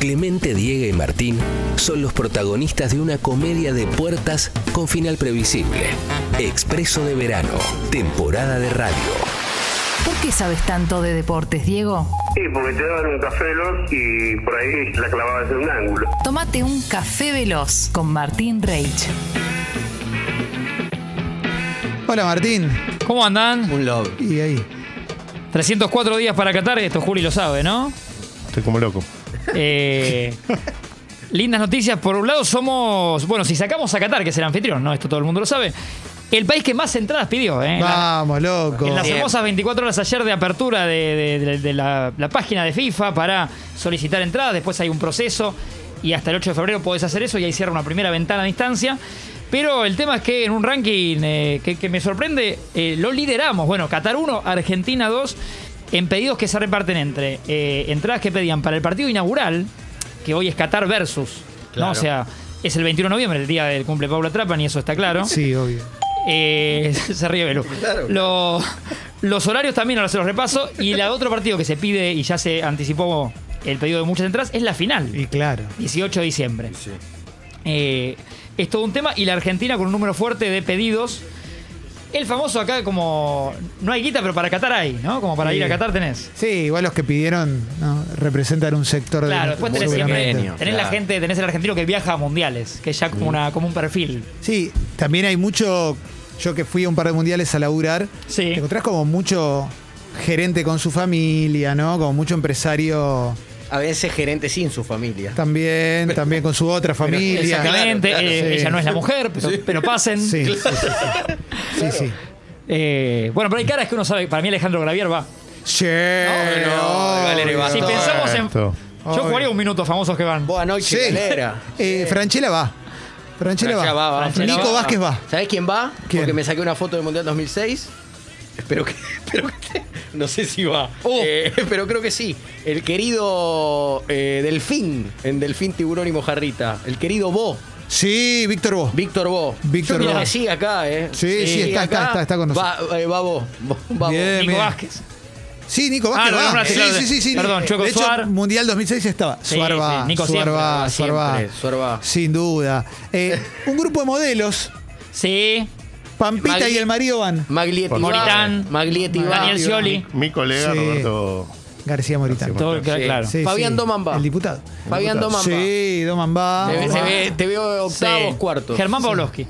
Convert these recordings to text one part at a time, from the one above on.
Clemente, Diego y Martín son los protagonistas de una comedia de puertas con final previsible. Expreso de verano, temporada de radio. ¿Por qué sabes tanto de deportes, Diego? Sí, porque te daban un café veloz y por ahí la clavabas en un ángulo. Tómate un café veloz con Martín Reich. Hola Martín. ¿Cómo andan? Un love. Y ahí. 304 días para Qatar, esto Juli lo sabe, ¿no? Estoy como loco. Eh, lindas noticias. Por un lado, somos. Bueno, si sacamos a Qatar, que es el anfitrión, ¿no? Esto todo el mundo lo sabe. El país que más entradas pidió, ¿eh? En la- Vamos, loco. en las Bien. hermosas 24 horas ayer de apertura de, de- de- de la, la página de FIFA para solicitar entradas, después hay un proceso y hasta el 8 de febrero podés hacer eso y ahí cierra una primera ventana a distancia. Pero el tema es que en un ranking eh, que, que me sorprende, eh, lo lideramos. Bueno, Qatar 1, Argentina 2, en pedidos que se reparten entre eh, entradas que pedían para el partido inaugural, que hoy es Qatar versus, ¿no? Claro. O sea, es el 21 de noviembre, el día del cumple de Paula Trapan y eso está claro. Sí, obvio. Eh, se ríe Belu. Lo- los horarios también ahora se los repaso. Y la otro partido que se pide y ya se anticipó el pedido de muchas entradas es la final, Y claro. 18 de diciembre. Eh, es todo un tema. Y la Argentina con un número fuerte de pedidos. El famoso acá como... No hay guita, pero para Qatar hay, ¿no? Como para Sí. ir a Qatar tenés. Sí, igual los que pidieron ¿no? representan un sector de Claro, después tenés siempre- seguramente. Genio, tenés la claro. gente, tenés el argentino que viaja a mundiales, que es ya como, una, como un perfil. Sí, también hay mucho. Yo que fui a un par de mundiales a laburar, Sí. te encontrás como mucho gerente con su familia, ¿no? Como mucho empresario A veces gerente sin su familia. también, también con su otra familia. Exactamente, Claro, claro. eh, Sí. ella no es la mujer, pero, pero pasen. Sí, sí, sí, sí. Sí, sí. Eh, bueno, pero hay caras que uno sabe. Para mí Alejandro Gravier va. Sí, no, Valeria obvio. Bastón. Si pensamos en... Todo. Yo jugaría un minuto famosos que van. Buenas Sí. noches, galera. Eh, Franchella va. Franchella Franchella va. va, va. Franchella Nico va. Vázquez va. ¿Sabés quién va? ¿Quién? Porque me saqué una foto del Mundial 2006. Espero que. espero que- no sé si va. Oh. Eh, pero creo que sí. El querido eh, Delfín. En Delfín, Tiburón y Mojarrita. El querido Bo. Sí, Víctor Bo. Víctor Bo. Víctor Yo creo Bo. que Sí, acá, ¿eh? Sí, sí, está, está, está, está con nosotros. Va, eh, va Bo. Bo- va Bo. Bien, Nico bien. Vázquez. Sí, Nico Vázquez lo va. nombraste, sí, claro. sí, sí, sí. Perdón, Chueco De hecho, Suar. Mundial 2006 estaba. Sí, Suar va, sí, Nico Suar siempre, va, va, Suar va. siempre, Suar va. Sin duda. Eh, un grupo de modelos, Sí. Pampita Magli- y el marido van. Maglietti va. Moritán. Maglietti va. Daniel Scioli. Mi colega Sí. Roberto. García Moritán. García Todo el que- Sí. claro. Sí, Fabián sí. Doman va. El diputado. Fabián Doman va. Sí, Doman va. Te, ve- se va. ve- te veo octavos, Sí. cuartos. Germán Pavlovsky.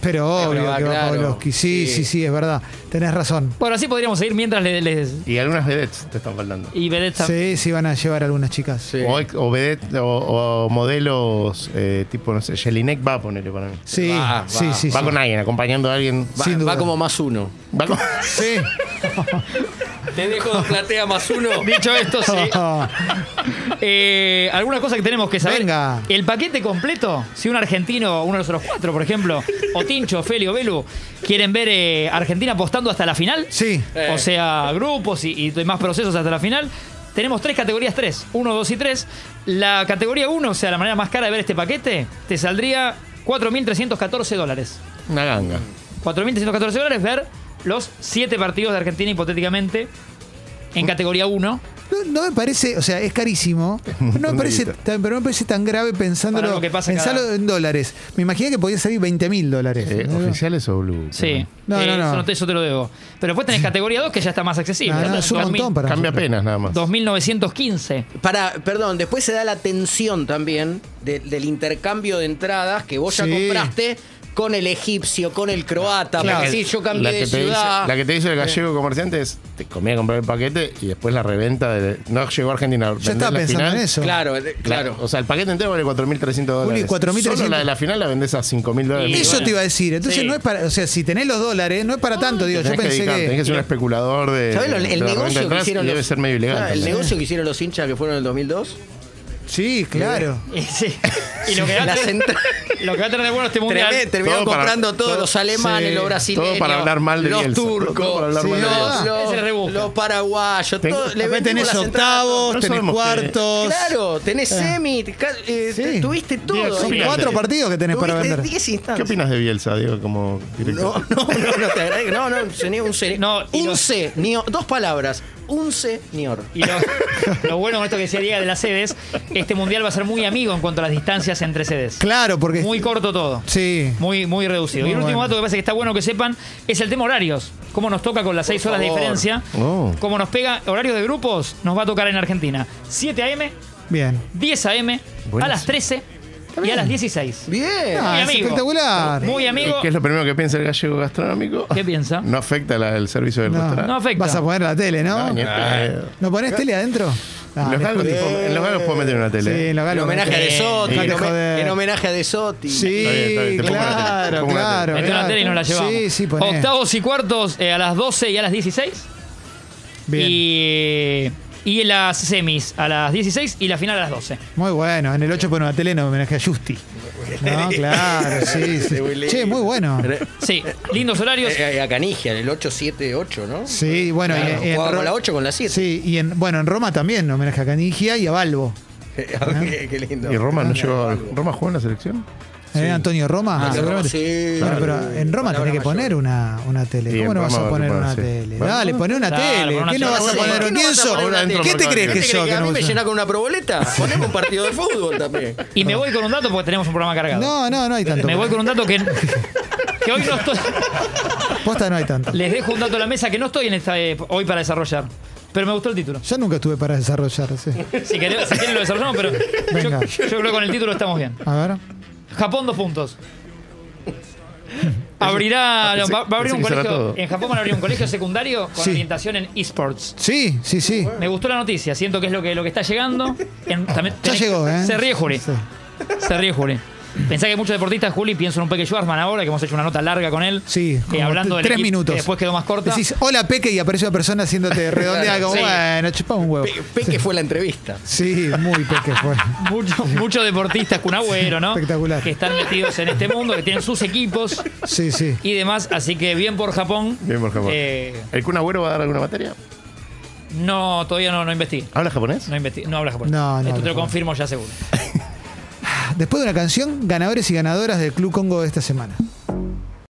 Pero obvio Pero va, que va claro. Pavlovsky. Sí, sí, Sí. sí, es verdad. Tenés razón. Bueno, así podríamos seguir mientras le- les... Y algunas vedettes te están faltando. y Vedette tam- Sí, sí van a llevar algunas chicas. Sí, O, ex- o vedette- o- o modelos eh, tipo, no sé, Jelinek va a ponerle para mí. sí, Va, sí, va. sí. va sí. con alguien, acompañando a alguien. Va, Sin va duda. como más uno. Va con- Sí. Te dejo dos platea más uno. Dicho esto, sí. Eh, alguna cosa que tenemos que saber. Venga. El paquete completo, si un argentino, uno de los otros cuatro, por ejemplo, o Tincho, Feli o Belu, quieren ver eh, Argentina apostando hasta la final, Sí. o sea, grupos y, y demás procesos hasta la final. Tenemos tres categorías, tres, uno, dos y tres. La categoría uno, o sea, la manera más cara de ver este paquete, te saldría 4.314 dólares. Una ganga. 4.314 dólares ver los siete partidos de Argentina hipotéticamente en categoría 1. No, no me parece, o sea, es carísimo. montón No me de parece, guita. tan, pero no me parece tan grave pensándolo, Para lo que pasa pensarlo cada- en dólares. Me imaginé que podía salir 20 mil dólares. Eh, ¿no? ¿Oficiales o blue? Sí. No, Eh, no, no. Eso, te, eso te lo debo. Pero después tenés categoría 2 que ya está más accesible. No, no, es un 2000, montón para Cambia nosotros. apenas nada más. 2915. Para, perdón, después se da la tensión también de- del intercambio de entradas que vos ya Sí. compraste con el egipcio, con el croata. Claro. Porque sí, yo La cambié que, de te dice, ciudad. la que te dice el gallego comerciante es, te comía a comprar el paquete y después la reventa de... No llegó a Argentina. Yo vendés estaba la pensando final. en eso. Claro, eh, claro. O sea, el paquete entero vale 4.300 dólares. 4.300. Solo la de la final la vendés a 5.000 dólares. Y Eso bueno. te iba a decir. Entonces Sí. no es para, o sea, si tenés los dólares, no es para tanto, digo, Tenés yo que pensé dedicar- tenés que que ser un especulador de. ¿Sabés lo- el, de la reventa negocio que atrás hicieron y los, debe ser medio ilegal. Claro, el también. negocio que hicieron los hinchas que fueron en el 2002? Sí, claro. Y sí. Y lo que, va a Las tener, entradas. lo que va a tener de bueno este mundial. Tremendo, terminaron Todo para- comprando todos todo- los alemanes, sí, los brasileños, todo para hablar mal de los Bielsa, todo- turcos, todo para hablar Sí, mal de los- Bielsa. los, Ese le rebusca. los paraguayos, Tengo- todo- le Después vendimos tenés las entradas a octavos, todos. No tenés sabemos qué- cuartos. Claro, tenés semi, ca- eh, Ah. Sí. te- tuviste todo. Son Sí, cuatro sí. partidos que tenés para Tuviste vender. 10 ¿Qué instancias. opinas de Bielsa, Diego, como No, director? no, no, no te agradezco. No, no, se niega un se. No, y un los- se, ni- dos palabras. un señor. Y lo, lo bueno con esto que decía Diego de las sedes, este mundial va a ser muy amigo en cuanto a las distancias entre sedes. Claro, porque. Muy corto todo. Sí. Muy, muy reducido. Muy y el último bueno. dato que parece que está bueno que sepan es el tema horarios. Cómo nos toca con las 6 horas de favor. diferencia. Oh. Cómo nos pega horarios de grupos, nos va a tocar en Argentina. 7 a.m., Bien. 10 a.m., a las 13 y a las 16. Bien. Ah, es amigo. espectacular. Muy amigo. ¿Y ¿Qué es lo primero que piensa el gallego gastronómico? ¿Qué piensa? No afecta la- el servicio del restaurante. No afecta. Vas a poner la tele, ¿no? Ah. No, ni en pedo. ¿No pones tele adentro? Ah, En Dale, los galos, joder. tipo, en los galos puedo meter una tele. ¿eh? Sí, en los En galos. homenaje a De Sotti. Dejate en home- joder. En homenaje a De Sotti. Sí, Está bien, está bien, te pongo una tele, te claro, pongo una claro. tele. Mete claro. la tele y nos la llevamos. Sí, sí, poné. Octavos y cuartos eh, a las 12 y a las 16. Bien. Y, y las semis a las 16 y la final a las 12. Muy bueno. En el 8 pone una tele en homenaje a Justi. No, claro, sí, sí. Che, muy bueno. Sí, lindos horarios. Eh, eh, a Canigia, en el 878, ¿no? Sí, bueno. Claro, y en- jugaba en con Ro- la 8 con la 7. Sí, y en, bueno, en Roma también, homenaje a Canigia y a Balbo. qué, qué lindo. ¿Y Roma no llegó? a- ¿Roma jugó en la selección? ¿Eh, Antonio Roma, Ah, seguramente. sí. Bueno, Claro. pero en Roma Palabra tenés que mayor. poner una, una tele. Sí, ¿Cómo en no vas Roma a poner va a una poner, sí. tele? Bueno. Dale, poné una Claro, tele. una ¿Qué no sola vas a tele. poner? ¿Quién ¿Quién vas a sos? poner una tele? ¿Qué te crees que ¿Qué te crees sos? que que a no mí me vas a- llena con una proboleta? Ponemos un partido de fútbol también. Y me voy con un dato porque tenemos un programa cargado. No, no, no hay tanto. Me voy con un dato que, que hoy no estoy. Posta no hay tanto. Les dejo un dato a la mesa que no estoy en esta, eh, hoy para desarrollar. Pero me gustó el título. Yo nunca estuve para desarrollar, sí. Si querés- si quieren lo desarrollamos, pero yo, Venga. yo creo que con el título estamos bien. A ver. Japón, dos puntos. Abrirá, Ah, pensé- va, va a abrir pensé un que será colegio. todo. En Japón van a abrir un colegio secundario con Sí. orientación en esports. Sí, sí, sí. Me gustó la noticia, siento que es lo que, lo que está llegando. En- también Ya tenés- llegó, ¿eh? Se ríe, Juli. Sí. Se ríe, Juli. Pensá que muchos deportistas, Juli, pienso en un Peque Schwarzman ahora, que hemos hecho una nota larga con él. Sí, eh, como hablando t- del tres equipo, minutos. que después quedó más corta. Decís, hola Peque, y aparece una persona haciéndote redondeada como, Sí. bueno, chupá un huevo. Pe- Peque fue la entrevista. Sí, muy Peque fue. Muchos muchos deportistas, Kun Agüero, ¿no? espectacular. Que están metidos en este mundo, que tienen sus equipos Sí, sí. y demás. Así que bien por Japón. Bien por Japón. Eh, ¿El Kun Agüero va a dar alguna materia? no, todavía no, no investigué. ¿Habla japonés? No, investigué, no habla japonés. No, no habla Esto te japonés. lo confirmo ya seguro. Después de una canción, ganadores y ganadoras del Club Congo de esta semana.